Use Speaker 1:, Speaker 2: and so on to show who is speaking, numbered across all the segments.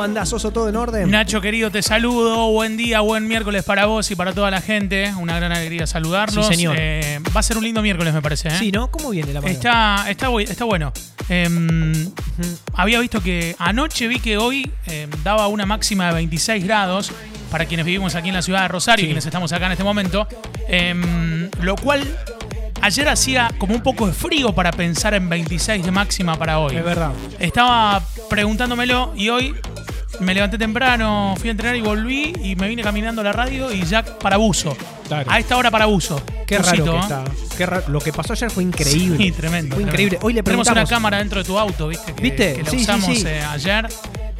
Speaker 1: ¿Cómo andás, Oso? ¿Todo en orden?
Speaker 2: Nacho querido, te saludo. Buen día, buen miércoles para vos y para toda la gente. Una gran alegría saludarlos.
Speaker 1: Sí, señor.
Speaker 2: Eh, va a ser un lindo miércoles, me parece. ¿eh?
Speaker 1: Sí, ¿no? ¿Cómo viene la mano?
Speaker 2: Está, está, bu- está bueno. Em, había visto que anoche vi que hoy em, daba una máxima de 26 grados para quienes vivimos aquí en la ciudad de Rosario y quienes estamos acá en este momento. Em, lo cual ayer hacía como un poco de frío para pensar en 26 de máxima para hoy.
Speaker 1: Es verdad.
Speaker 2: Estaba preguntándomelo y hoy me levanté temprano, fui a entrenar y volví y me vine caminando a la radio y ya para abuso.
Speaker 1: Claro.
Speaker 2: A esta hora para abuso.
Speaker 1: Qué raro
Speaker 2: Busito,
Speaker 1: que
Speaker 2: ¿eh?
Speaker 1: está. Qué raro. Lo que pasó ayer fue increíble.
Speaker 2: Sí, tremendo.
Speaker 1: Fue increíble.
Speaker 2: tremendo.
Speaker 1: Hoy le
Speaker 2: Tenemos
Speaker 1: preguntamos.
Speaker 2: una cámara dentro de tu auto, ¿viste? Que,
Speaker 1: ¿Viste?
Speaker 2: que la
Speaker 1: Sí, sí,
Speaker 2: usamos
Speaker 1: sí.
Speaker 2: eh, ayer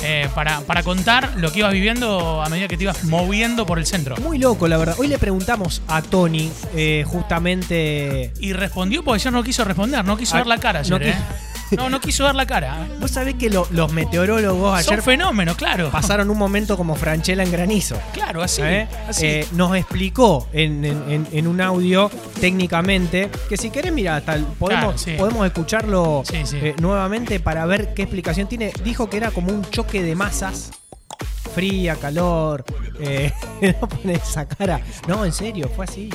Speaker 2: eh, para, para contar lo que ibas viviendo a medida que te ibas moviendo por el centro.
Speaker 1: Muy loco, la verdad. Hoy le preguntamos a Tony, eh, justamente.
Speaker 2: Y respondió porque ayer no quiso responder, no quiso
Speaker 1: Ah,
Speaker 2: dar la cara ayer,
Speaker 1: no
Speaker 2: ¿eh?
Speaker 1: quiso.
Speaker 2: no, No, quiso dar la cara. ¿eh?
Speaker 1: Vos sabés que lo- los meteorólogos
Speaker 2: Son
Speaker 1: ayer
Speaker 2: fenómeno, claro.
Speaker 1: pasaron un momento como Franchella en granizo.
Speaker 2: Claro, así.
Speaker 1: ¿eh?
Speaker 2: así.
Speaker 1: Eh, nos explicó en, en- en- en un audio técnicamente que si querés, mira, hasta el- podemos,
Speaker 2: Claro, sí.
Speaker 1: podemos escucharlo
Speaker 2: Sí, sí.
Speaker 1: eh, nuevamente para ver qué explicación tiene. Dijo que era como un choque de masas. Fría, calor. eh, no pone esa cara. No, en serio, fue así.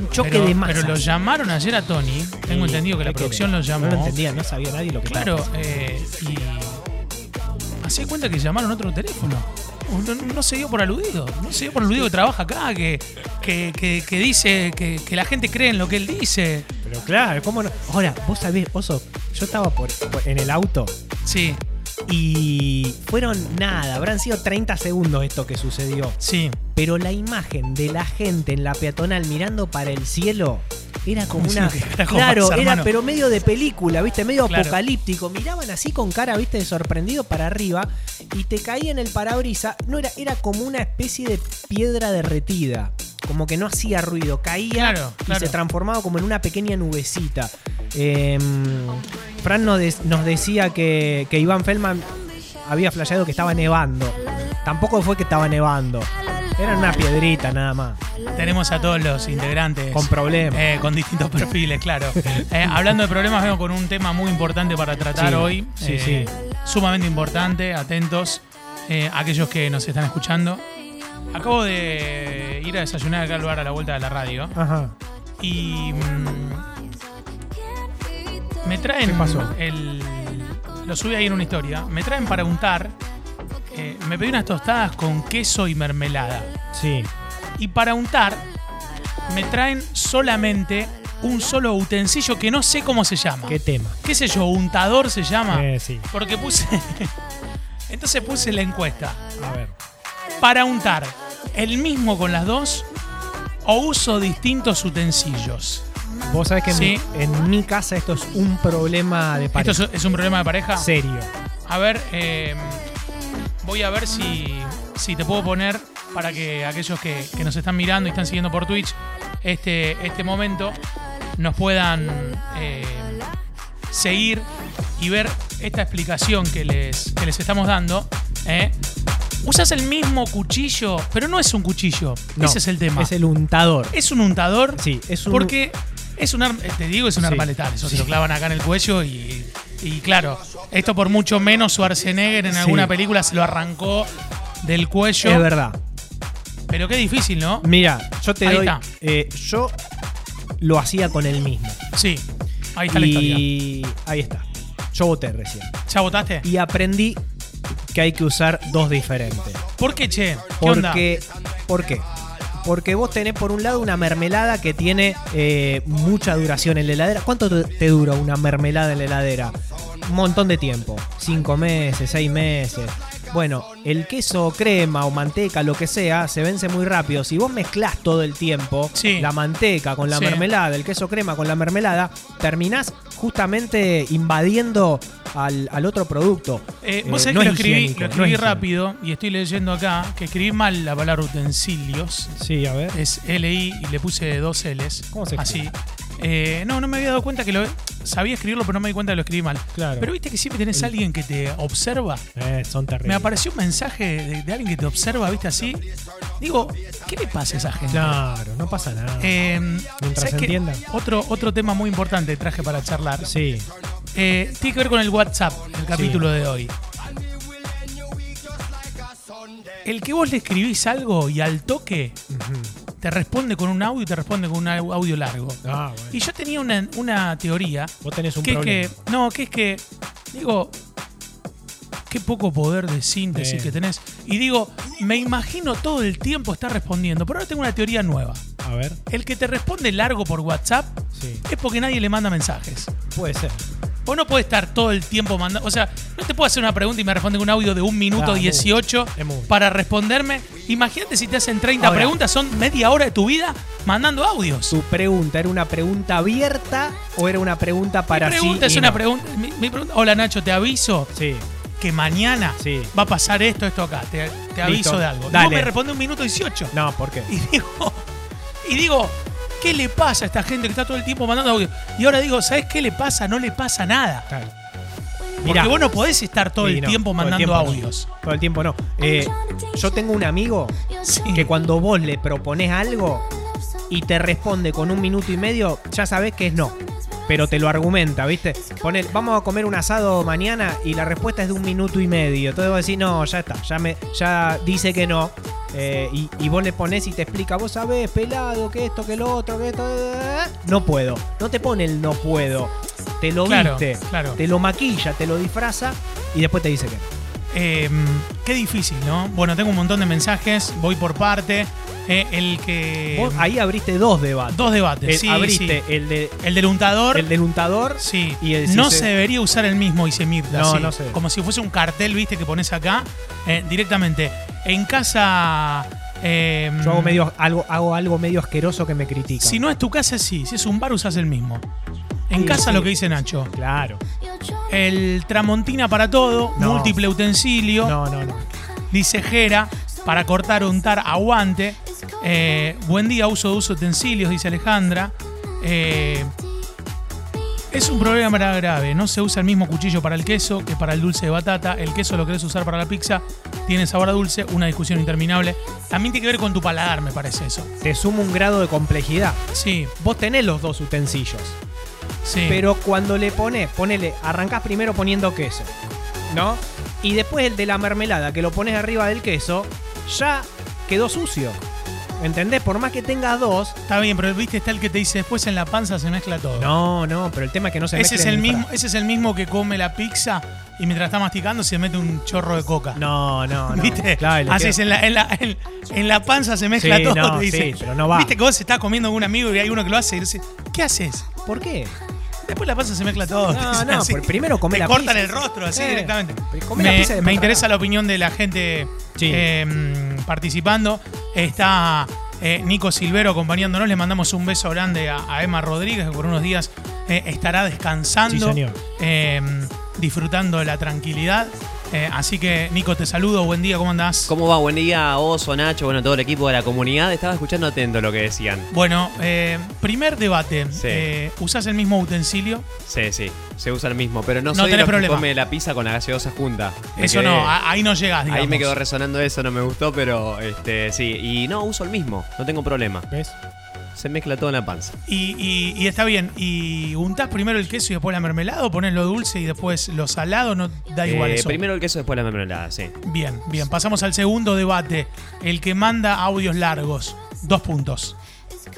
Speaker 1: Un choque
Speaker 2: pero,
Speaker 1: de masas.
Speaker 2: pero lo llamaron ayer a Tony. Tengo
Speaker 1: Y
Speaker 2: entendido que la
Speaker 1: es
Speaker 2: producción lo llamó.
Speaker 1: No lo entendía, no sabía nadie lo que
Speaker 2: Claro, eh, y. Hacía cuenta que llamaron otro teléfono. No, no- no se dio por aludido. No se dio por aludido que trabaja acá, que, que, que- que dice, que, que la gente cree en lo que él dice.
Speaker 1: Pero claro, ¿cómo no? Ahora, vos sabés, Oso, yo estaba por- por- en el auto
Speaker 2: Sí,
Speaker 1: Y fueron nada, habrán sido 30 segundos esto que sucedió.
Speaker 2: sí.
Speaker 1: Pero la imagen de la gente en la peatonal mirando para el cielo era como
Speaker 2: Sí,
Speaker 1: una.
Speaker 2: ¿qué carajo
Speaker 1: Claro,
Speaker 2: pasa,
Speaker 1: era
Speaker 2: hermano?
Speaker 1: pero medio de película, ¿viste? Medio
Speaker 2: Claro.
Speaker 1: apocalíptico. Miraban así con cara, ¿viste? De sorprendido para arriba y te caía en el parabrisa. No era, era como una especie de piedra derretida. Como que no hacía ruido, caía
Speaker 2: Claro,
Speaker 1: y
Speaker 2: claro.
Speaker 1: se transformaba como en una pequeña nubecita. Eh, Fran nos, de- nos decía que, que Iván Feldman había flasheado que estaba nevando. Tampoco fue que estaba nevando. Era una piedrita nada más.
Speaker 2: Tenemos a todos los integrantes.
Speaker 1: Con problemas.
Speaker 2: eh, con distintos perfiles, claro. Eh, hablando de problemas, vengo con un tema muy importante para tratar
Speaker 1: Sí,
Speaker 2: hoy.
Speaker 1: sí,
Speaker 2: Eh, Sumamente importante, atentos eh, aquellos que nos están escuchando. Acabo de ir a desayunar acá al lugar a la vuelta de la radio.
Speaker 1: Ajá.
Speaker 2: Y mm, me traen.
Speaker 1: ¿Qué pasó?
Speaker 2: El, lo subí ahí en una historia. Me traen para untar. eh, me pedí unas tostadas con queso y mermelada.
Speaker 1: Sí.
Speaker 2: Y para untar, me traen solamente un solo utensilio que no sé cómo se llama.
Speaker 1: Qué
Speaker 2: ¿Qué,
Speaker 1: tema.
Speaker 2: sé yo? ¿Untador se llama?
Speaker 1: Eh, sí.
Speaker 2: Porque puse. Entonces puse la encuesta.
Speaker 1: A ver.
Speaker 2: Para untar, ¿el mismo con las dos? ¿O uso distintos utensilios?
Speaker 1: Vos sabés que en,
Speaker 2: Sí.
Speaker 1: mi, en mi casa esto es un problema de
Speaker 2: ¿Esto
Speaker 1: pareja.
Speaker 2: es- es un problema de pareja?
Speaker 1: serio.
Speaker 2: A ver, eh, voy a ver si, si te puedo poner para que aquellos que, que nos están mirando y están siguiendo por Twitch este, este momento nos puedan eh, seguir y ver esta explicación que les, que les estamos dando. ¿eh? Usas el mismo cuchillo, pero no es un cuchillo.
Speaker 1: No,
Speaker 2: Ese es el tema.
Speaker 1: Es el untador.
Speaker 2: Es un untador.
Speaker 1: Sí, es un.
Speaker 2: Porque es un arma, te digo, es un
Speaker 1: Sí.
Speaker 2: arma letal. Eso
Speaker 1: Sí.
Speaker 2: se lo clavan acá en el cuello y, y claro, esto por mucho menos Schwarzenegger en
Speaker 1: Sí.
Speaker 2: alguna película se lo arrancó del cuello.
Speaker 1: Es verdad.
Speaker 2: Pero qué difícil, ¿no?
Speaker 1: Mira, yo te
Speaker 2: Ahí
Speaker 1: doy.
Speaker 2: está.
Speaker 1: eh, yo lo hacía con el mismo.
Speaker 2: Sí, ahí está la historia.
Speaker 1: Mm. y ahí está. Yo voté recién.
Speaker 2: ¿Ya votaste?
Speaker 1: Y aprendí que hay que usar dos diferentes.
Speaker 2: ¿Por qué, che? ¿Qué onda? Eh,
Speaker 1: Porque, ¿Por qué? Porque vos tenés por un lado una mermelada que tiene eh, mucha duración en la heladera. ¿Cuánto te- te dura una mermelada en la heladera? Un montón de tiempo. Cinco meses, seis meses. Bueno, el queso, crema o manteca, lo que sea, se vence muy rápido. Si vos mezclás todo el tiempo
Speaker 2: Sí.
Speaker 1: la manteca con la
Speaker 2: Sí.
Speaker 1: mermelada, el queso crema con la mermelada, terminás justamente invadiendo al, al otro producto.
Speaker 2: Eh,
Speaker 1: Eh,
Speaker 2: vos sabés
Speaker 1: no
Speaker 2: que
Speaker 1: es
Speaker 2: lo escribí,
Speaker 1: higiénico,
Speaker 2: lo
Speaker 1: no
Speaker 2: escribí
Speaker 1: es higiénico.
Speaker 2: rápido y estoy leyendo acá que escribí mal la palabra utensilios.
Speaker 1: Sí, a ver.
Speaker 2: Es LI y le puse dos L's.
Speaker 1: ¿Cómo se escribe?
Speaker 2: Así. Eh, no, no me había dado cuenta que lo. Sabía escribirlo, pero no me di cuenta que lo escribí mal.
Speaker 1: Claro.
Speaker 2: Pero viste que siempre tenés
Speaker 1: El-
Speaker 2: alguien que te observa.
Speaker 1: Eh, son terribles.
Speaker 2: Me apareció un mensaje de, de alguien que te observa, viste así. Digo, ¿qué le pasa a esa gente?
Speaker 1: Claro, no pasa nada.
Speaker 2: Eh, ¿sabés qué?
Speaker 1: entienda.
Speaker 2: Otro, otro tema muy importante traje para charlar.
Speaker 1: sí,
Speaker 2: Eh, tiene que ver con el WhatsApp, el capítulo de hoy. El que vos le escribís algo y al toque te responde con un audio y te responde con un au- audio largo.
Speaker 1: Ah, bueno.
Speaker 2: Y yo tenía una, una teoría
Speaker 1: Vos tenés un
Speaker 2: que es
Speaker 1: problema.
Speaker 2: que. No, que es que. Digo. Qué poco poder de síntesis
Speaker 1: Eh.
Speaker 2: que tenés. Y digo, me imagino todo el tiempo estar respondiendo. Pero ahora tengo una teoría nueva.
Speaker 1: A ver,
Speaker 2: El que te responde largo por WhatsApp
Speaker 1: sí.
Speaker 2: es porque nadie le manda mensajes.
Speaker 1: Puede ser.
Speaker 2: Vos no podés estar todo el tiempo mandando. O sea, no te puedo hacer una pregunta y me responden un audio de 1 minuto
Speaker 1: Claro,
Speaker 2: 18
Speaker 1: Ah, es mucho.
Speaker 2: para responderme. Imagínate si te hacen 30
Speaker 1: Ahora.
Speaker 2: preguntas, son media hora de tu vida mandando audios.
Speaker 1: Su pregunta, ¿era una pregunta abierta o era una pregunta para
Speaker 2: mi pregunta
Speaker 1: sí
Speaker 2: es
Speaker 1: y
Speaker 2: una
Speaker 1: no?
Speaker 2: pregunta. mi- mi pregunta- Hola Nacho, te aviso
Speaker 1: Sí,
Speaker 2: que mañana
Speaker 1: Sí.
Speaker 2: va a pasar esto, esto acá. Te, te aviso de algo.
Speaker 1: Dale.
Speaker 2: No me responde un minuto 18.
Speaker 1: no, ¿por qué?
Speaker 2: Y digo, y digo, ¿qué le pasa a esta gente que está todo el tiempo mandando audio? Y ahora digo, ¿sabes qué le pasa? No le pasa nada.
Speaker 1: Claro.
Speaker 2: Porque
Speaker 1: Mirá.
Speaker 2: vos no podés estar todo
Speaker 1: Sí,
Speaker 2: el
Speaker 1: no,
Speaker 2: tiempo
Speaker 1: todo el
Speaker 2: mandando
Speaker 1: tiempo no.
Speaker 2: audios.
Speaker 1: Todo el tiempo no. Eh, yo tengo un amigo
Speaker 3: Sí.
Speaker 2: Mm.
Speaker 1: que cuando vos le propones algo y te responde con un minuto y medio, ya sabés que es no. Pero te lo argumenta, ¿viste? Ponele, vamos a comer un asado mañana y la respuesta es de un minuto y medio. Entonces vos decís, no, ya está, ya, me, ya dice que no. Eh, y, y vos le ponés y te explica, vos sabés, pelado, que esto, que lo otro, que esto. eh, No puedo. No te pone el no puedo. Te lo
Speaker 2: Claro,
Speaker 1: viste,
Speaker 2: claro.
Speaker 1: te lo maquilla, te lo disfraza y después te dice que no.
Speaker 2: Eh, qué difícil, ¿no? Bueno, tengo un montón de mensajes, voy por parte. Eh, el que.
Speaker 1: Vos ahí abriste dos debates.
Speaker 2: dos debates.
Speaker 1: El-
Speaker 2: sí,
Speaker 1: abriste
Speaker 2: sí.
Speaker 1: el, de,
Speaker 2: El del untador.
Speaker 1: el del untador.
Speaker 2: sí.
Speaker 1: y el- si
Speaker 2: no
Speaker 1: se-
Speaker 2: se... debería usar el mismo, dice Mirta.
Speaker 1: No,
Speaker 2: sí.
Speaker 1: no se-
Speaker 2: Como si fuese un cartel, viste, que pones acá eh, directamente. En casa. eh,
Speaker 1: Yo hago, medio, algo, hago algo medio asqueroso que me critican.
Speaker 2: Si no es tu casa, sí. Si es un bar, usas el mismo. En
Speaker 1: Sí,
Speaker 2: casa
Speaker 1: sí.
Speaker 2: lo que dice Nacho.
Speaker 1: Claro.
Speaker 2: El tramontina para todo,
Speaker 1: No.
Speaker 2: múltiple utensilio.
Speaker 1: No, no, no.
Speaker 2: Dice Jera, para cortar, untar, aguante. Eh, buen día, uso de uso de utensilios, dice Alejandra. Eh, es un problema grave, no se usa el mismo cuchillo para el queso que para el dulce de batata. El queso lo querés usar para la pizza, tiene sabor a dulce, una discusión interminable. También tiene que ver con tu paladar, me parece eso.
Speaker 1: Te sumo un grado de complejidad.
Speaker 2: Sí,
Speaker 1: Vos tenés los dos utensilios.
Speaker 2: sí.
Speaker 1: Pero cuando le pones, ponele, arrancás primero poniendo queso. ¿No? Y después el de la mermelada, que lo pones arriba del queso, ya quedó sucio. ¿Entendés? Por más que tengas dos.
Speaker 2: Está bien, pero viste, está el que te dice después en la panza se mezcla todo.
Speaker 1: No, no, pero el tema es que no se
Speaker 2: ese,
Speaker 1: mezclen
Speaker 2: es el
Speaker 1: en
Speaker 2: mismo,
Speaker 1: fra-
Speaker 2: ese es el mismo que come la pizza y mientras está masticando se mete un chorro de coca.
Speaker 1: No, no, no.
Speaker 2: ¿Viste?
Speaker 1: Claro, y le
Speaker 2: Haces
Speaker 1: queda-
Speaker 2: en la, en, la, en- en la panza se mezcla
Speaker 1: Sí,
Speaker 2: todo.
Speaker 1: no,
Speaker 2: te dicen.
Speaker 1: sí, pero no va.
Speaker 2: Viste que vos estás comiendo con un amigo y hay uno que lo hace y dice, ¿qué haces?
Speaker 1: ¿Por qué?
Speaker 2: Después la panza se mezcla todo.
Speaker 1: No,
Speaker 2: te dicen
Speaker 1: no,
Speaker 2: así.
Speaker 1: por- primero come
Speaker 2: Te
Speaker 1: la
Speaker 2: cortan
Speaker 1: pizza.
Speaker 2: el rostro así
Speaker 1: Eh,
Speaker 2: directamente.
Speaker 1: come la
Speaker 2: Me,
Speaker 1: pizza y después
Speaker 2: me
Speaker 1: otra.
Speaker 2: interesa la opinión de la gente
Speaker 1: Sí.
Speaker 2: eh, mm, participando. Está eh, Nico Silvero acompañándonos. Le mandamos un beso grande a, a Emma Rodríguez, que por unos días eh, estará descansando.
Speaker 1: Sí, señor.
Speaker 2: eh, disfrutando de la tranquilidad. Eh, así que, Nico, te saludo. Buen día, ¿cómo andás?
Speaker 4: ¿Cómo va? Buen día, Oso, Nacho, bueno, todo el equipo de la comunidad. Estaba escuchando atento lo que decían.
Speaker 2: Bueno, eh, primer debate.
Speaker 4: Sí.
Speaker 2: Eh, ¿Usás el mismo utensilio?
Speaker 4: Sí, sí, se usa el mismo, pero no,
Speaker 2: No
Speaker 4: soy de
Speaker 2: tenés
Speaker 4: los que
Speaker 2: problema.
Speaker 4: come la pizza con la gaseosa junta. Me
Speaker 2: Eso
Speaker 4: quedé-
Speaker 2: no, a- ahí no llegás, digamos.
Speaker 4: Ahí me quedó resonando eso, no me gustó, pero este sí. Y no, uso el mismo, no tengo problema.
Speaker 1: ¿Ves?
Speaker 4: Se mezcla todo en la panza.
Speaker 2: y, y- y está bien. ¿Y untás primero el queso y después la mermelada o pones lo dulce y después lo salado? No da igual
Speaker 4: Eh,
Speaker 2: eso.
Speaker 4: Primero el queso, después la mermelada, sí.
Speaker 2: Bien, bien. Pasamos al segundo debate. El que manda audios largos. Dos puntos.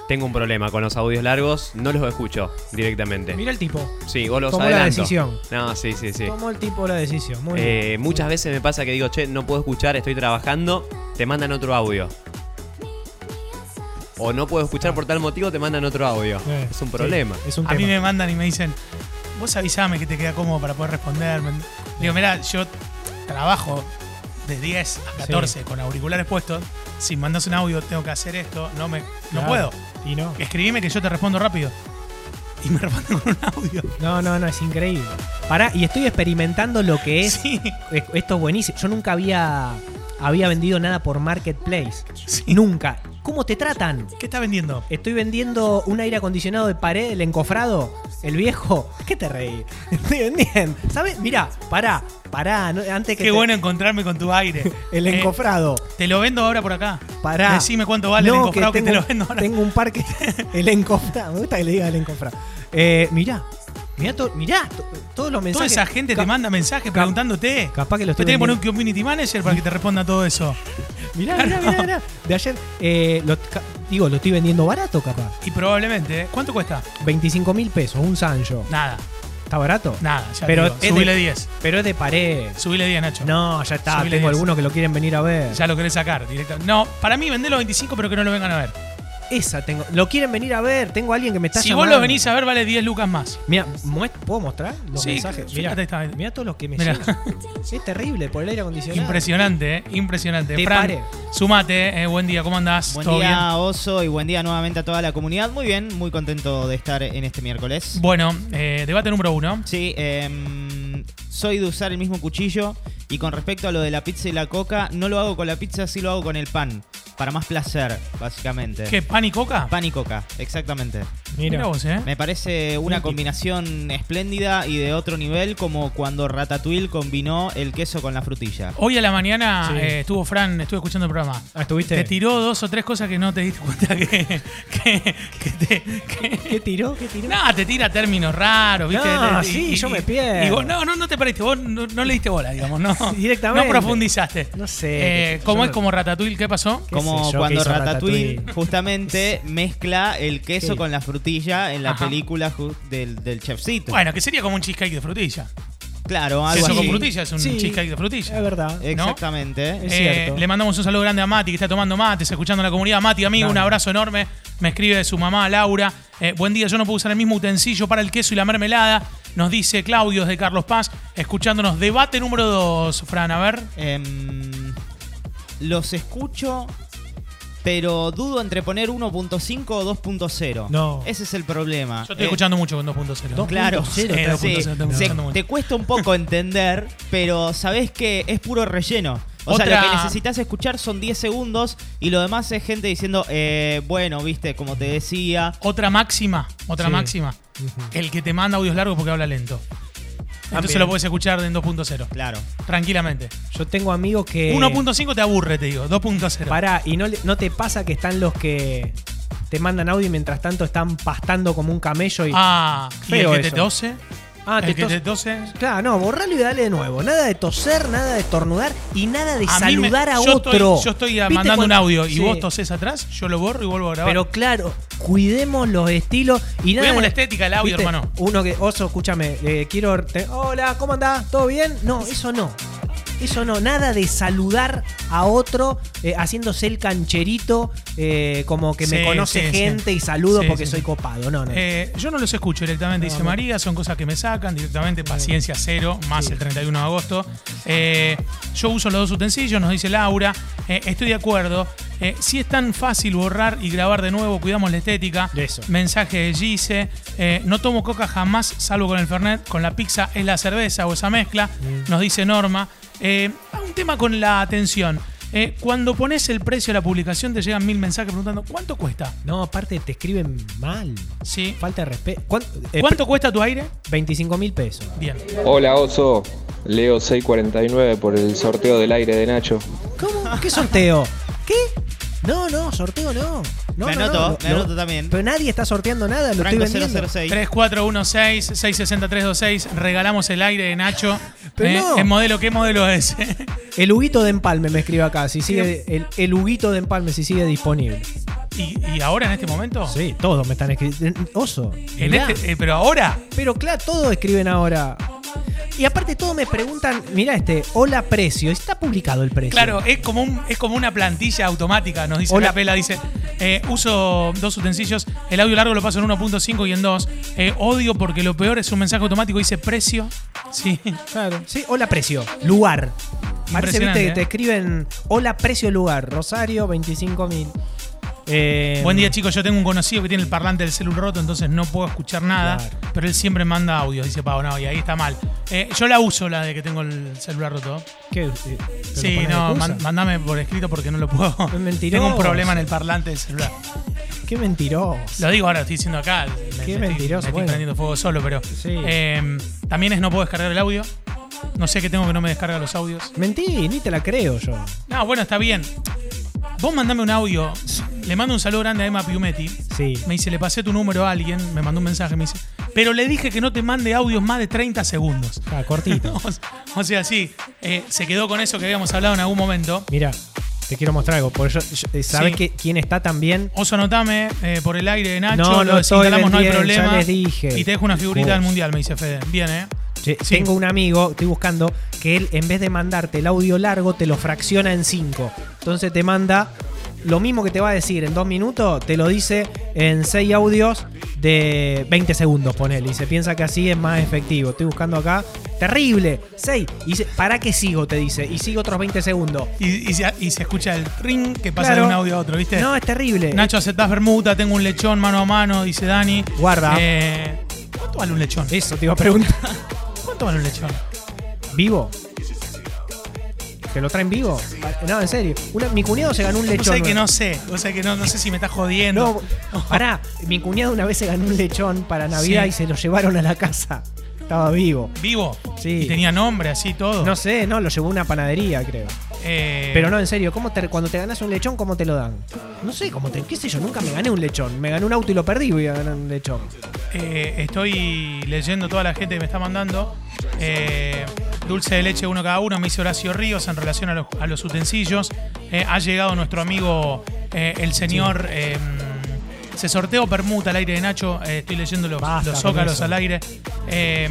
Speaker 4: Tengo un problema con los audios largos, no los escucho directamente.
Speaker 1: Mira el tipo.
Speaker 4: Sí, o los
Speaker 1: Tomó la
Speaker 4: adelanto.
Speaker 1: decisión.
Speaker 4: No, sí, sí, sí.
Speaker 1: Tomó el tipo la decisión. Muy bien.
Speaker 4: Eh, muchas veces me pasa que digo, che, no puedo escuchar, estoy trabajando, te mandan otro audio. O no puedo escuchar por tal motivo, te mandan otro audio.
Speaker 1: Eh,
Speaker 4: es un
Speaker 1: sí,
Speaker 4: problema.
Speaker 1: es un
Speaker 2: A mí
Speaker 1: tema.
Speaker 2: me mandan y me dicen, vos avisame que te queda cómodo para poder responderme. Digo, mirá, yo trabajo de 10 a 14 con auriculares puestos. Si mandas un audio, tengo que hacer esto. No me no
Speaker 1: Claro.
Speaker 2: puedo.
Speaker 1: Y no.
Speaker 2: Escribime que yo te respondo rápido. Y me responden con un audio.
Speaker 1: No, no, no, es increíble. Pará, y estoy experimentando lo que es.
Speaker 2: Sí,
Speaker 1: es- Esto es buenísimo. Yo nunca había, había vendido nada por Marketplace.
Speaker 2: sí.
Speaker 1: Nunca. ¿Cómo te tratan?
Speaker 2: ¿Qué estás vendiendo?
Speaker 1: Estoy vendiendo un aire acondicionado de pared, el encofrado, el viejo. ¿Qué te reí? Bien, ¿Sabes? Mirá, pará, pará. no- antes que
Speaker 2: Qué
Speaker 1: te-
Speaker 2: bueno encontrarme con tu aire.
Speaker 1: El
Speaker 2: Eh,
Speaker 1: encofrado.
Speaker 2: te lo vendo ahora por acá.
Speaker 1: Pará.
Speaker 2: Decime cuánto vale el
Speaker 1: No,
Speaker 2: encofrado que, te
Speaker 1: tengo-
Speaker 2: lo vendo ahora.
Speaker 1: Tengo un parque. El encofrado. Me gusta que le diga el encofrado. Eh, mirá, Mirá, to- mirá to- todos los
Speaker 2: Toda
Speaker 1: mensajes.
Speaker 2: esa gente
Speaker 1: Ca-
Speaker 2: te manda mensajes
Speaker 1: cap-
Speaker 2: preguntándote.
Speaker 1: Capaz que los
Speaker 2: Te
Speaker 1: estoy
Speaker 2: tenés que poner un
Speaker 1: vendiendo.
Speaker 2: community manager para que te responda todo eso.
Speaker 1: Mirá, mirá, mirá, mirá. De ayer, eh, lo- ca- digo, lo estoy vendiendo barato, capaz.
Speaker 2: Y probablemente, ¿eh? ¿cuánto cuesta?
Speaker 1: 25 mil pesos, un Sancho.
Speaker 2: Nada,
Speaker 1: ¿Está barato?
Speaker 2: nada. Ya
Speaker 1: Pero
Speaker 2: Pero
Speaker 1: es de-
Speaker 2: subile 10.
Speaker 1: Pero es de pared.
Speaker 2: Subile 10, Nacho.
Speaker 1: No, ya está.
Speaker 2: Subile
Speaker 1: Tengo
Speaker 2: 10.
Speaker 1: algunos que lo quieren venir a ver.
Speaker 2: Ya lo querés sacar directamente. No, para mí vendelo a 25, pero que no lo vengan a ver.
Speaker 1: Esa tengo. Lo quieren venir a ver. Tengo a alguien que me está
Speaker 2: Si
Speaker 1: llamando.
Speaker 2: vos lo venís a ver, vale 10 lucas más.
Speaker 1: Mira, ¿puedo mostrar los
Speaker 2: Sí,
Speaker 1: mensajes?
Speaker 2: sí,
Speaker 1: Mirá,
Speaker 2: ahí está.
Speaker 1: mirá todos los que me
Speaker 2: Mirá.
Speaker 1: llegan. Es terrible por el aire acondicionado.
Speaker 2: Impresionante, ¿eh? Impresionante.
Speaker 1: Te
Speaker 2: Fran,
Speaker 1: paré.
Speaker 2: sumate. eh, buen día, ¿cómo andás?
Speaker 3: Buen
Speaker 2: ¿Todo
Speaker 3: día, Oso, y buen día nuevamente a toda la comunidad. Muy bien, muy contento de estar en este miércoles.
Speaker 2: bien? Bueno, eh, debate número uno.
Speaker 3: Sí, em, soy de usar el mismo cuchillo y con respecto a lo de la pizza y la coca, no lo hago con la pizza, sí lo hago con el pan. Para más placer, básicamente.
Speaker 2: ¿Qué, pan y coca?
Speaker 3: Pan y coca, exactamente.
Speaker 2: Mira
Speaker 1: Mira,
Speaker 2: vos, ¿eh?
Speaker 3: Me parece una combinación espléndida y de otro nivel, como cuando Ratatouille combinó el queso con la frutilla.
Speaker 2: Hoy a la mañana
Speaker 1: Sí.
Speaker 2: eh, estuvo Fran, estuve escuchando el programa.
Speaker 1: Ah, ¿estuviste?
Speaker 2: Te tiró dos o tres cosas que no te diste cuenta que, que, que te... que-
Speaker 1: ¿Qué tiró? ¿Qué tiró?
Speaker 2: No, te tira términos raros, ¿viste?
Speaker 1: No,
Speaker 2: Te-
Speaker 1: sí, yo me pierdo.
Speaker 2: y vos- no, no, no te pariste, vos no, no le diste bola, digamos, no.
Speaker 1: directamente.
Speaker 2: No profundizaste.
Speaker 1: No
Speaker 2: Eh,
Speaker 1: sé. Yo
Speaker 2: ¿Cómo
Speaker 1: no-
Speaker 2: es como Ratatouille? ¿Qué pasó?
Speaker 1: ¿Qué sé
Speaker 3: Como
Speaker 1: yo qué
Speaker 3: cuando
Speaker 1: hizo
Speaker 3: Ratatouille,
Speaker 1: Ratatouille?
Speaker 3: justamente mezcla el queso
Speaker 1: Sí.
Speaker 3: con la frutilla en la
Speaker 2: Ajá.
Speaker 3: película ju- del, del chefcito.
Speaker 2: Bueno, que sería como un cheesecake de frutilla.
Speaker 3: claro, algo
Speaker 2: Queso
Speaker 3: así.
Speaker 2: con frutilla es un
Speaker 1: Sí.
Speaker 2: cheesecake de frutilla.
Speaker 1: Es verdad.
Speaker 3: Exactamente.
Speaker 1: Es
Speaker 2: Eh,
Speaker 1: cierto.
Speaker 2: le mandamos un saludo grande a Mati, que está tomando mates, escuchando a la comunidad. Mati, amigo, un
Speaker 1: Grande.
Speaker 2: abrazo enorme. Me escribe su mamá, Laura. Eh, buen día, yo no puedo usar el mismo utensilio para el queso y la mermelada. Nos dice Claudio de Carlos Paz, escuchándonos. Debate número 2, Fran, a ver.
Speaker 3: Em, los escucho, pero dudo entre poner 1.5 o 2.0.
Speaker 1: No.
Speaker 3: Ese es el problema.
Speaker 2: Yo estoy
Speaker 3: Eh,
Speaker 2: escuchando mucho con 2.0.
Speaker 3: Claro,
Speaker 1: 2.0,
Speaker 3: Eh,
Speaker 2: está
Speaker 3: sí,
Speaker 2: escuchando,
Speaker 3: se-
Speaker 2: escuchando mucho.
Speaker 3: te cuesta un poco entender, pero sabés que es puro relleno. O sea,
Speaker 2: Otra-
Speaker 3: lo que necesitas escuchar son 10 segundos y lo demás es gente diciendo, eh, bueno, viste, como te decía.
Speaker 2: Otra máxima, otra
Speaker 1: Sí.
Speaker 2: máxima. El que te manda audios largos porque habla lento. Entonces
Speaker 1: También.
Speaker 2: lo puedes escuchar en 2.0.
Speaker 3: Claro.
Speaker 2: Tranquilamente.
Speaker 1: Yo tengo amigos que.
Speaker 2: 1.5 te aburre, te digo. 2.0.
Speaker 1: Pará, y no, le- no te pasa que están los que te mandan audio y mientras tanto están pastando como un camello y.
Speaker 2: Ah, y el
Speaker 1: Feo
Speaker 2: que te
Speaker 1: eso.
Speaker 2: tose.
Speaker 1: Ah,
Speaker 2: el
Speaker 1: te
Speaker 2: que
Speaker 1: tos-
Speaker 2: te tose.
Speaker 1: Claro, no, borralo y dale de nuevo. Nada de toser, nada de estornudar y nada de
Speaker 2: mí me-
Speaker 1: saludar a
Speaker 2: yo
Speaker 1: otro.
Speaker 2: Estoy, yo estoy ah,
Speaker 1: ¿Viste
Speaker 2: mandando un
Speaker 1: cuando-
Speaker 2: audio y
Speaker 1: Sí.
Speaker 2: vos tosés atrás, yo lo borro y vuelvo a grabar.
Speaker 1: Pero claro, cuidemos los estilos y nada.
Speaker 2: Cuidemos la estética, el audio,
Speaker 1: ¿Viste?
Speaker 2: hermano.
Speaker 1: Uno que, oso, escúchame, eh, quiero. te- Hola, ¿cómo andás? ¿Todo bien? No, eso no. Eso no, nada de saludar a otro eh, haciéndose el cancherito, eh, como que
Speaker 2: Sí,
Speaker 1: me conoce
Speaker 2: sí, sí.
Speaker 1: gente y saludo
Speaker 2: Sí,
Speaker 1: porque
Speaker 2: sí,
Speaker 1: soy
Speaker 2: sí.
Speaker 1: copado. No, no.
Speaker 2: Eh, yo no los escucho directamente,
Speaker 1: No,
Speaker 2: dice
Speaker 1: no.
Speaker 2: María. Son cosas que me sacan directamente. Paciencia cero, más
Speaker 1: Sí.
Speaker 2: el 31 de agosto. Eh, yo uso los dos utensilios, nos dice Laura. Eh, estoy de acuerdo. Eh, si es tan fácil borrar y grabar de nuevo, cuidamos la estética.
Speaker 1: De eso.
Speaker 2: Mensaje de Gise. Eh, no tomo coca jamás, salvo con el Fernet. Con la pizza es la cerveza o esa mezcla, nos dice Norma. Eh, ah, un tema con la atención. Eh, cuando pones el precio de la publicación, te llegan mil mensajes preguntando: ¿cuánto cuesta?
Speaker 1: No, aparte te escriben mal.
Speaker 2: Sí.
Speaker 1: Falta de respeto. ¿Cuánto? eh,
Speaker 2: ¿Cuánto cuesta tu aire?
Speaker 1: 25 mil pesos.
Speaker 2: Bien.
Speaker 5: Hola Oso, Leo 649 por el sorteo del aire de Nacho.
Speaker 1: ¿Cómo? ¿Qué sorteo? ¿Qué? No, no, sorteo no. no
Speaker 3: Me
Speaker 1: no,
Speaker 3: anoto,
Speaker 1: no,
Speaker 3: me
Speaker 1: no.
Speaker 3: anoto también.
Speaker 1: Pero nadie está sorteando nada, lo
Speaker 3: Franco
Speaker 1: estoy vendiendo.
Speaker 3: 006.
Speaker 2: 3416-660-326. Regalamos el aire de Nacho.
Speaker 1: Pero
Speaker 2: Eh,
Speaker 1: no.
Speaker 2: ¿En modelo qué modelo es?
Speaker 1: El Huguito de Empalme me escribe acá, si sigue el, el Huguito de Empalme si sigue disponible.
Speaker 2: ¿Y, y ahora en este momento?
Speaker 1: Sí, todos me están escribiendo. Oso.
Speaker 2: En
Speaker 1: mirá.
Speaker 2: este, eh, pero ahora.
Speaker 1: Pero claro, todos escriben ahora. Y aparte todos me preguntan, mira este, hola precio, está publicado el precio.
Speaker 2: Claro, es como, un- es como una plantilla automática, nos dice
Speaker 1: Hola.
Speaker 2: la pela, dice, eh, uso dos utensilios, el audio largo lo paso en 1.5 y en 2, Eh, odio porque lo peor es un mensaje automático, dice precio, sí,
Speaker 1: Claro. Sí, hola precio, lugar. Parece
Speaker 2: Impresionante,
Speaker 1: viste, que
Speaker 2: ¿eh?
Speaker 1: te escriben hola precio lugar, Rosario 25 mil. Eh,
Speaker 2: Buen día, chicos. Yo tengo un conocido que tiene el parlante del celular roto, entonces no puedo escuchar nada.
Speaker 1: Claro.
Speaker 2: Pero él siempre manda audios, dice Pau. No, y ahí está mal. Eh, yo la uso, la de que tengo el celular roto.
Speaker 1: ¿Qué?
Speaker 2: Sí, no, man- mandame por escrito porque no lo puedo.
Speaker 1: Es mentiroso.
Speaker 2: Tengo un problema en el parlante del celular.
Speaker 1: Qué mentiroso.
Speaker 2: Lo digo ahora, lo estoy diciendo acá.
Speaker 1: Qué
Speaker 2: estoy-
Speaker 1: mentiroso,
Speaker 2: estoy
Speaker 1: bueno.
Speaker 2: prendiendo fuego solo, pero.
Speaker 1: Sí.
Speaker 2: eh, también es no puedo descargar el audio. No sé qué tengo que no me descarga los audios.
Speaker 1: Mentí, ni te la creo yo.
Speaker 2: No, bueno, está bien. Vos mandame un audio. Le mando un saludo grande a Emma Piumetti.
Speaker 1: Sí.
Speaker 2: Me dice, le pasé tu número a alguien, me mandó un mensaje, me dice, Pero le dije que no te mande audios más de 30 segundos.
Speaker 1: Ah, cortito.
Speaker 2: O s- o sea, sí, eh, se quedó con eso que habíamos hablado en algún momento.
Speaker 1: Mira, te quiero mostrar algo. Por eso, yo- eh, ¿Sabes
Speaker 2: Sí.
Speaker 1: que- quién está también?
Speaker 2: Oso, notame eh, por el aire de Nacho.
Speaker 1: No,
Speaker 2: lo
Speaker 1: no estoy,
Speaker 2: desinstalamos, no hay
Speaker 1: vendí, ya
Speaker 2: problema.
Speaker 1: les dije.
Speaker 2: Y te dejo una figurita del
Speaker 1: Vos.
Speaker 2: mundial, me dice Fede. Bien, ¿eh?
Speaker 1: Che,
Speaker 2: Sí.
Speaker 1: Tengo un amigo, estoy buscando, que él en vez de mandarte el audio largo, te lo fracciona en cinco. Entonces te manda lo mismo que te va a decir en dos minutos, te lo dice en seis audios de 20 segundos, ponele. Y se piensa que así es más efectivo. Estoy buscando acá. Terrible, seis. Y dice, ¿para qué sigo? Te dice. Y sigo otros 20 segundos.
Speaker 2: Y, y se, y se escucha el ring que pasa
Speaker 1: Claro.
Speaker 2: de un audio a otro, ¿viste?
Speaker 1: No, eh. es terrible.
Speaker 2: Nacho, aceptás bermuda, tengo un lechón mano a mano, dice Dani.
Speaker 1: Guarda.
Speaker 2: Eh, ¿Cuánto vale un lechón?
Speaker 1: Eso te iba a preguntar.
Speaker 2: ¿Cuánto vale un lechón?
Speaker 1: ¿Vivo? ¿Te lo traen vivo? No, en serio. Una- mi cuñado se ganó un
Speaker 2: O
Speaker 1: lechón.
Speaker 2: sea que no sé, o sea que no, no sé si me estás jodiendo.
Speaker 1: No, pará, mi cuñado una vez se ganó un lechón para Navidad
Speaker 2: Sí.
Speaker 1: y se lo llevaron a la casa. Estaba vivo.
Speaker 2: Vivo.
Speaker 1: Sí.
Speaker 2: Y tenía nombre, así todo.
Speaker 1: No sé, no, lo llevó a una panadería, creo.
Speaker 2: Eh,
Speaker 1: Pero no, en serio, ¿cómo te- cuando te ganas un lechón, ¿cómo te lo dan? No sé, cómo te, qué sé yo, nunca me gané un lechón. Me gané un auto y lo perdí, voy a ganar un lechón.
Speaker 2: Eh, estoy leyendo toda la gente que me está mandando. Eh, dulce de leche uno cada uno, me dice Horacio Ríos en relación a los, a los utensilios. Eh, ha llegado nuestro amigo eh, el señor. eh, se sorteó permuta al aire de Nacho. Eh, estoy leyendo los,
Speaker 1: Basta
Speaker 2: los
Speaker 1: con
Speaker 2: zócalos
Speaker 1: eso.
Speaker 2: al aire. Eh,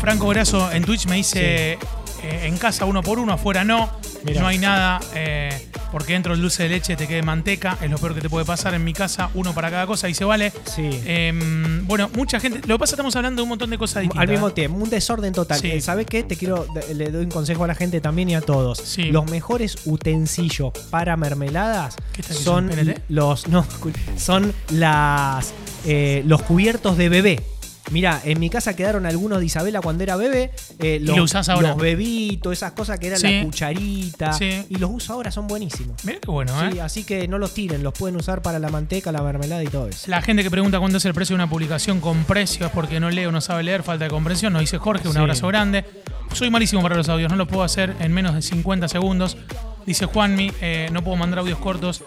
Speaker 2: Franco Brazo en Twitch me dice: eh, en casa uno por uno, afuera no.
Speaker 1: Mirá.
Speaker 2: No hay nada. eh, porque dentro del dulce de leche te quede manteca, es lo peor que te puede pasar. En mi casa, uno para cada cosa, y se vale.
Speaker 1: Sí.
Speaker 2: Em, bueno, mucha gente. Lo que pasa es que estamos hablando de un montón de cosas distintas.
Speaker 1: Al mismo
Speaker 2: ¿eh?
Speaker 1: tiempo, un desorden total.
Speaker 2: Sí.
Speaker 1: Eh, ¿Sabés qué? Te quiero, de- le doy un consejo a la gente también y a todos.
Speaker 2: Sí.
Speaker 1: Los mejores utensilios para mermeladas
Speaker 2: ¿Qué estás
Speaker 1: son
Speaker 2: diciendo, PNT?
Speaker 1: los. No, escu- son las. eh, los cubiertos de bebé. Mira, en mi casa quedaron algunos de Isabela cuando era bebé. eh, los,
Speaker 2: lo usás ahora?
Speaker 1: Los bebitos, esas cosas que eran
Speaker 2: Sí.
Speaker 1: la cucharita.
Speaker 2: Sí.
Speaker 1: Y los uso ahora, son buenísimos.
Speaker 2: Mirá qué bueno, ¿eh?
Speaker 1: Sí, así que no los tiren, los pueden usar para la manteca, la mermelada y todo eso.
Speaker 2: La gente que pregunta cuánto es el precio de una publicación con precios porque no leo, no sabe leer, falta de comprensión, nos dice Jorge, un
Speaker 1: Sí.
Speaker 2: abrazo grande. Soy malísimo para los audios, no los puedo hacer en menos de 50 segundos. Dice Juanmi, eh, no puedo mandar audios cortos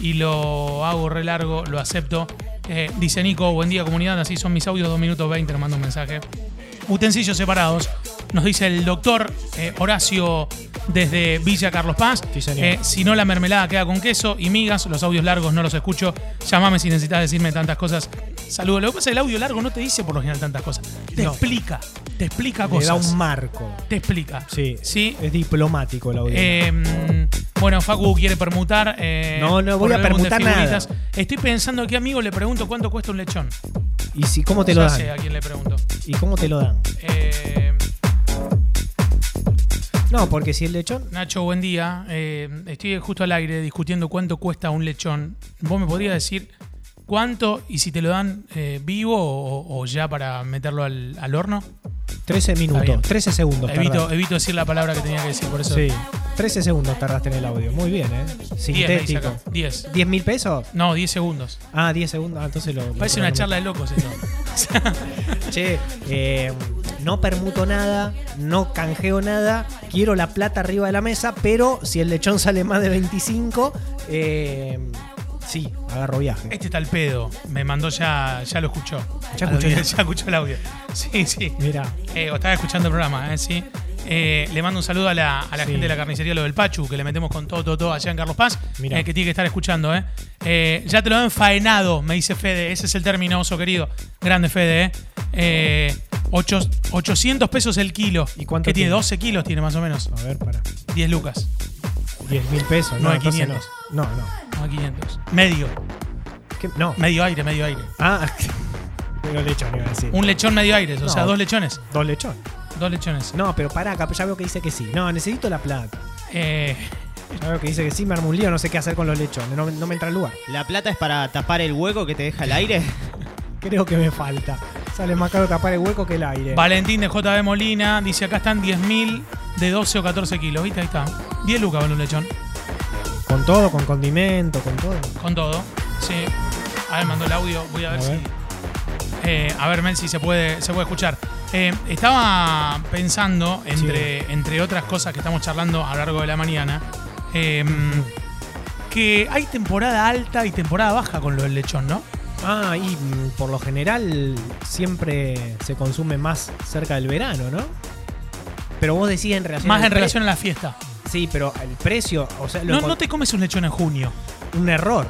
Speaker 2: y lo hago re largo, lo acepto. Eh, dice Nico, buen día comunidad, así son mis audios, 2 minutos 20, nos manda un mensaje. Utensilios separados, nos dice el doctor eh, Horacio desde Villa Carlos Paz.
Speaker 1: Sí, señor.
Speaker 2: Eh, si no, la mermelada queda con queso y migas. Los audios largos no los escucho. Llámame si necesitas decirme tantas cosas. Saludos. Lo que pasa es que el audio largo no te dice por lo general tantas cosas. Te
Speaker 1: No.
Speaker 2: explica. Te explica
Speaker 1: Le da
Speaker 2: cosas.
Speaker 1: un marco.
Speaker 2: Te explica.
Speaker 1: Sí. Eh,
Speaker 2: Sí.
Speaker 1: Es diplomático el audio.
Speaker 2: Eh, bueno, Facu quiere permutar. eh,
Speaker 1: No, no voy
Speaker 2: por
Speaker 1: a
Speaker 2: el álbum de
Speaker 1: permutar nada.
Speaker 2: figuritas. Estoy pensando a qué amigo le pregunto cuánto cuesta un lechón.
Speaker 1: ¿Y si, cómo te
Speaker 2: Ya
Speaker 1: lo dan?
Speaker 2: sé a quién le pregunto.
Speaker 1: ¿Y cómo te lo dan?
Speaker 2: Eh,
Speaker 1: No, porque si el lechón.
Speaker 2: Nacho, buen día. Eh, estoy justo al aire discutiendo cuánto cuesta un lechón. ¿Vos me podrías decir cuánto y si te lo dan eh, vivo o, o ya para meterlo al, al horno?
Speaker 1: 13
Speaker 2: bien.
Speaker 1: minutos, 13 segundos.
Speaker 2: Evito,
Speaker 1: tardaste.
Speaker 2: evito decir la palabra que tenía que decir, por eso.
Speaker 1: Sí, 13 segundos tardaste en el audio. Muy bien, ¿eh?
Speaker 2: 10, me dice
Speaker 1: Sintético.
Speaker 2: acá. 10.
Speaker 1: ¿10 mil pesos?
Speaker 2: No, 10 segundos.
Speaker 1: Ah, 10 segundos. Ah, entonces lo. lo
Speaker 2: Parece una
Speaker 1: programé.
Speaker 2: charla de locos esto.
Speaker 1: Che, eh, no permuto nada, no canjeo nada, quiero la plata arriba de la mesa, pero si el lechón sale más de 25, eh, sí, agarro viaje.
Speaker 2: Este está al pedo. Me mandó ya, ya lo escuchó.
Speaker 1: Ya
Speaker 2: Al
Speaker 1: escuchó
Speaker 2: audio-
Speaker 1: el-
Speaker 2: ya escuchó el audio. Sí, sí.
Speaker 1: Mira,
Speaker 2: Eh, o estaba escuchando el programa, eh, sí. Eh, le mando un saludo a la, a la
Speaker 1: Sí.
Speaker 2: gente de la carnicería Lo del Pachu, que le metemos con todo, todo, todo allá en Carlos Paz,
Speaker 1: Mirá.
Speaker 2: eh, que tiene que estar escuchando. Eh. Eh, ya te lo han faenado, me dice Fede. Ese es el término, oso querido. Grande Fede, eh. Eh, ocho- 800 pesos el kilo.
Speaker 1: ¿Y cuánto
Speaker 2: Que tiene
Speaker 1: tiene?
Speaker 2: 12 kilos, tiene más o menos.
Speaker 1: a ver, para.
Speaker 2: 10 lucas,
Speaker 1: 10 mil pesos,
Speaker 2: No,
Speaker 1: no, entonces
Speaker 2: 500.
Speaker 1: No, no. no.
Speaker 2: no 500. Medio,
Speaker 1: ¿Qué? No.
Speaker 2: medio aire, medio aire.
Speaker 1: Ah, pero lechón iba a decir.
Speaker 2: Un lechón, medio aire, o
Speaker 1: No.
Speaker 2: sea, dos lechones.
Speaker 1: Dos lechones.
Speaker 2: Dos lechones.
Speaker 1: No, pero pará, acá ya veo que dice que sí. No, necesito la plata.
Speaker 2: Eh,
Speaker 1: Ya veo que dice que sí, me armo un lío, no sé qué hacer con los lechones. No, no me entra el lugar.
Speaker 3: ¿La plata es para tapar el hueco que te deja el aire?
Speaker 1: Creo que me falta. Sale más caro tapar el hueco que el aire.
Speaker 2: Valentín de JB Molina dice: Acá están 10.000 de 12 o 14 kilos. ¿Viste? Ahí está. 10 lucas vale un lechón.
Speaker 1: Con todo, con condimento, con todo.
Speaker 2: Con todo. Sí. A ver, mandó el audio. Voy a ver,
Speaker 1: A ver.
Speaker 2: si. Eh, a ver, Mel, si se puede, se puede escuchar. Eh, estaba pensando, entre, entre otras cosas que estamos charlando a lo largo de la mañana, em, eh, que hay temporada alta y temporada baja con lo del lechón, ¿no?
Speaker 1: Ah, y mm, por lo general siempre se consume más cerca del verano, ¿no? Pero vos decís en relación.
Speaker 2: Más
Speaker 1: al
Speaker 2: en
Speaker 1: pre-
Speaker 2: relación a la fiesta.
Speaker 1: Sí, pero el precio, o sea, lo
Speaker 2: No,
Speaker 1: encon-
Speaker 2: no te comes un lechón en junio.
Speaker 1: un error.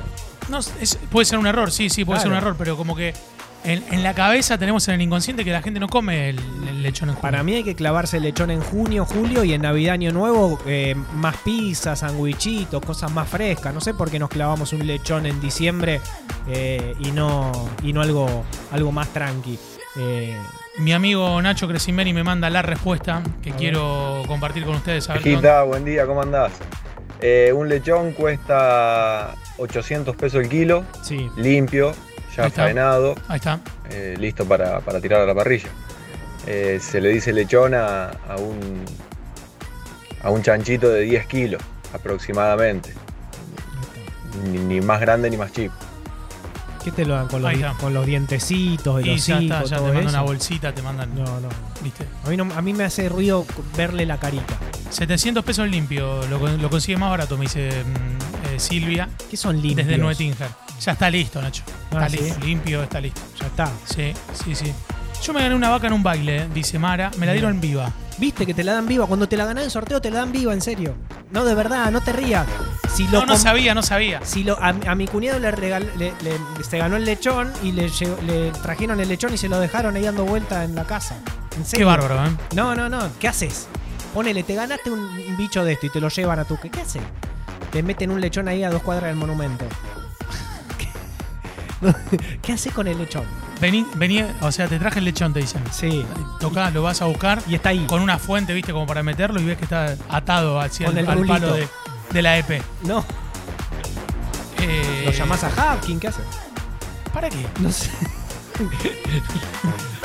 Speaker 2: No, es- puede ser un error, sí, sí, puede ser un
Speaker 1: Claro.
Speaker 2: error, pero como que en, en la cabeza tenemos en el inconsciente que la gente no come el, el lechón en junio.
Speaker 1: Para mí hay que clavarse el lechón en junio, julio y en Navidad, Año Nuevo, eh, más pizzas, sandwichitos, cosas más frescas. No sé por qué nos clavamos un lechón en diciembre eh, y no, y no algo, algo más tranqui. Eh,
Speaker 2: Mi amigo Nacho Crescimeni me manda la respuesta que quiero compartir con ustedes. A ver qué onda.
Speaker 6: Hijita, buen día, ¿cómo andás? Eh, un lechón cuesta 800 pesos el kilo,
Speaker 1: sí.
Speaker 6: limpio,
Speaker 2: Ahí
Speaker 6: ya
Speaker 2: está.
Speaker 6: faenado,
Speaker 2: Ahí está.
Speaker 6: eh, listo para, para tirar a la parrilla. Eh, se le dice lechón a, a un, a un chanchito de 10 kilos aproximadamente. Ni, ni más grande ni más chico.
Speaker 1: ¿Qué te lo dan con los,
Speaker 2: Ahí
Speaker 1: di-
Speaker 2: está.
Speaker 1: con los dientecitos y,
Speaker 2: Y
Speaker 1: los
Speaker 2: ya está,
Speaker 1: hijos,
Speaker 2: ya te
Speaker 1: todo
Speaker 2: mandan
Speaker 1: eso?
Speaker 2: una bolsita, te mandan.
Speaker 1: No, no.
Speaker 2: ¿Viste?
Speaker 1: A mí, no- a mí me hace ruido verle la carita.
Speaker 2: 700 pesos limpio, lo, con- lo consigue más barato, me dice mm, eh, Silvia,
Speaker 1: ¿Qué son limpios?
Speaker 2: desde Nuetinger. Ya está listo, Nacho. Está
Speaker 1: Ah, ¿sí?
Speaker 2: listo, limpio, está listo.
Speaker 1: Ya está.
Speaker 2: Sí, sí, sí. Yo me gané una vaca en un baile, eh, dice Mara. Me la dieron viva.
Speaker 1: Viste que te la dan viva. Cuando te la ganan en sorteo, te la dan viva, en serio. No, de verdad, no te rías. Si lo
Speaker 2: No, no
Speaker 1: com-
Speaker 2: sabía, no sabía.
Speaker 1: Si lo, a, a mi cuñado le, regal- le- le- se ganó el lechón y le, lle- le trajeron el lechón y se lo dejaron ahí dando vuelta en la casa. En
Speaker 2: Qué
Speaker 1: serio.
Speaker 2: bárbaro, ¿eh?
Speaker 1: No, no, no. ¿Qué haces? Ponele, te ganaste un, un bicho de esto y te lo llevan a tu. ¿Qué, qué haces? Te meten un lechón ahí a dos cuadras del monumento. ¿Qué, ¿Qué haces con el lechón?
Speaker 2: Vení, vení, o sea, te traje el lechón, te dicen.
Speaker 1: Sí.
Speaker 2: Tocá, lo vas a buscar
Speaker 1: Y está ahí.
Speaker 2: con una fuente, viste, como para meterlo y ves que está atado hacia
Speaker 1: Con
Speaker 2: el,
Speaker 1: el
Speaker 2: al
Speaker 1: rulito.
Speaker 2: palo de, de la EP.
Speaker 1: No.
Speaker 2: Eh,
Speaker 1: Lo llamás a Hapkin, ¿qué haces?
Speaker 2: ¿Para qué?
Speaker 1: No sé.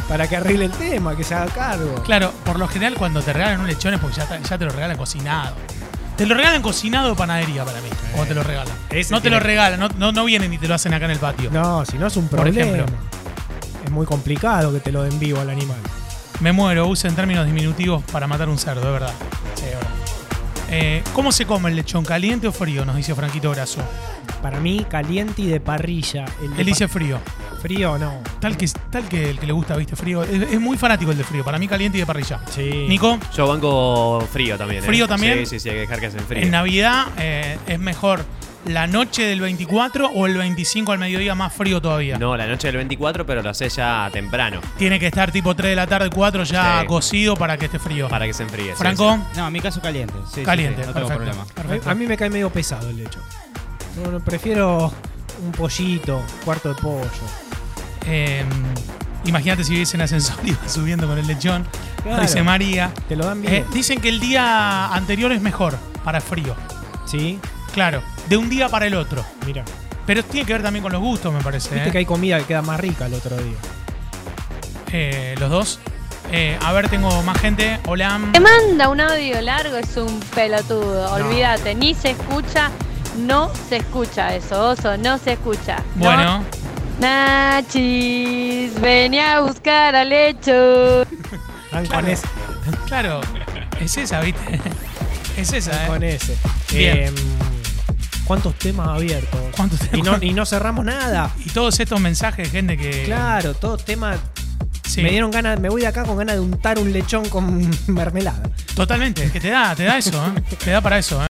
Speaker 1: Para que arregle el tema, que se haga cargo.
Speaker 2: Claro, por lo general cuando te regalan un lechón es porque ya, te- ya te lo regalan cocinado. Te lo regalan cocinado de panadería para mí, cuando te lo regalan.
Speaker 1: Ese
Speaker 2: No te lo
Speaker 1: tiene-
Speaker 2: regalan, no, no, no vienen y te lo hacen acá en el patio.
Speaker 1: No, si no es un
Speaker 2: Por
Speaker 1: problema.
Speaker 2: ejemplo.
Speaker 1: Es muy complicado que te lo den vivo al animal.
Speaker 2: Me muero, usen términos diminutivos para matar un cerdo, de verdad. Sí, de verdad. Eh, ¿Cómo se come el lechón? ¿Caliente o frío? Nos dice Franquito Grasso.
Speaker 1: Para mí, caliente y de parrilla. El de
Speaker 2: Él dice
Speaker 1: pa-
Speaker 2: frío.
Speaker 1: frío, no.
Speaker 2: Tal que, tal que el que le gusta, viste, frío. Es, es muy fanático el de frío. Para mí caliente y de parrilla.
Speaker 1: Sí.
Speaker 2: Nico,
Speaker 4: Yo banco frío también. ¿eh?
Speaker 2: ¿Frío también?
Speaker 4: Sí, sí, sí, hay que dejar que hacen frío.
Speaker 2: en Navidad eh, es mejor la noche del 24 o el 25 al mediodía más frío todavía.
Speaker 4: No, la noche del 24, pero lo hace ya temprano
Speaker 2: Tiene que estar tipo 3 de la tarde, 4 ya
Speaker 4: Sí.
Speaker 2: cocido para que esté frío.
Speaker 4: para que se enfríe. sí,
Speaker 2: Franco,
Speaker 3: No, en mi caso caliente. Sí, sí, sí,
Speaker 2: caliente.
Speaker 3: no tengo
Speaker 2: perfecto,
Speaker 3: problema.
Speaker 2: perfecto.
Speaker 1: A mí me cae medio pesado el lecho. No, no, prefiero un pollito, cuarto de pollo.
Speaker 2: Eh, Imagínate si viviese en ascensor y iba subiendo con el lechón.
Speaker 1: Claro.
Speaker 2: Dice María.
Speaker 1: Te lo dan bien.
Speaker 2: Eh, dicen que el día anterior es mejor para frío.
Speaker 1: sí,
Speaker 2: Claro, de un día para el otro.
Speaker 1: mira.
Speaker 2: Pero tiene que ver también con los gustos, me parece.
Speaker 1: Viste
Speaker 2: ¿eh?
Speaker 1: que hay comida que queda más rica el otro día.
Speaker 2: Eh, los dos. Eh, a ver, tengo más gente. Hola.
Speaker 7: Te manda un audio largo, es un pelotudo. Olvídate, ni se escucha, no se escucha eso, oso, no se escucha. ¿no?
Speaker 2: Bueno,
Speaker 7: Nachis, venía a buscar al hecho.
Speaker 1: Dan
Speaker 2: Claro.
Speaker 1: Ah, con ese.
Speaker 2: claro, es esa, ¿viste? Es esa,
Speaker 1: Con
Speaker 2: ¿eh?
Speaker 1: ese.
Speaker 2: Bien.
Speaker 1: Eh, ¿Cuántos temas abiertos?
Speaker 2: ¿Cuántos
Speaker 1: Y
Speaker 2: temas?
Speaker 1: no, y no cerramos nada.
Speaker 2: Y todos estos mensajes de gente que.
Speaker 1: Claro, todos temas.
Speaker 2: Sí,
Speaker 1: Me dieron ganas, me voy de acá con ganas de untar un lechón con mermelada.
Speaker 2: Totalmente, que te da, te da eso, ¿eh? Te da para eso, ¿eh?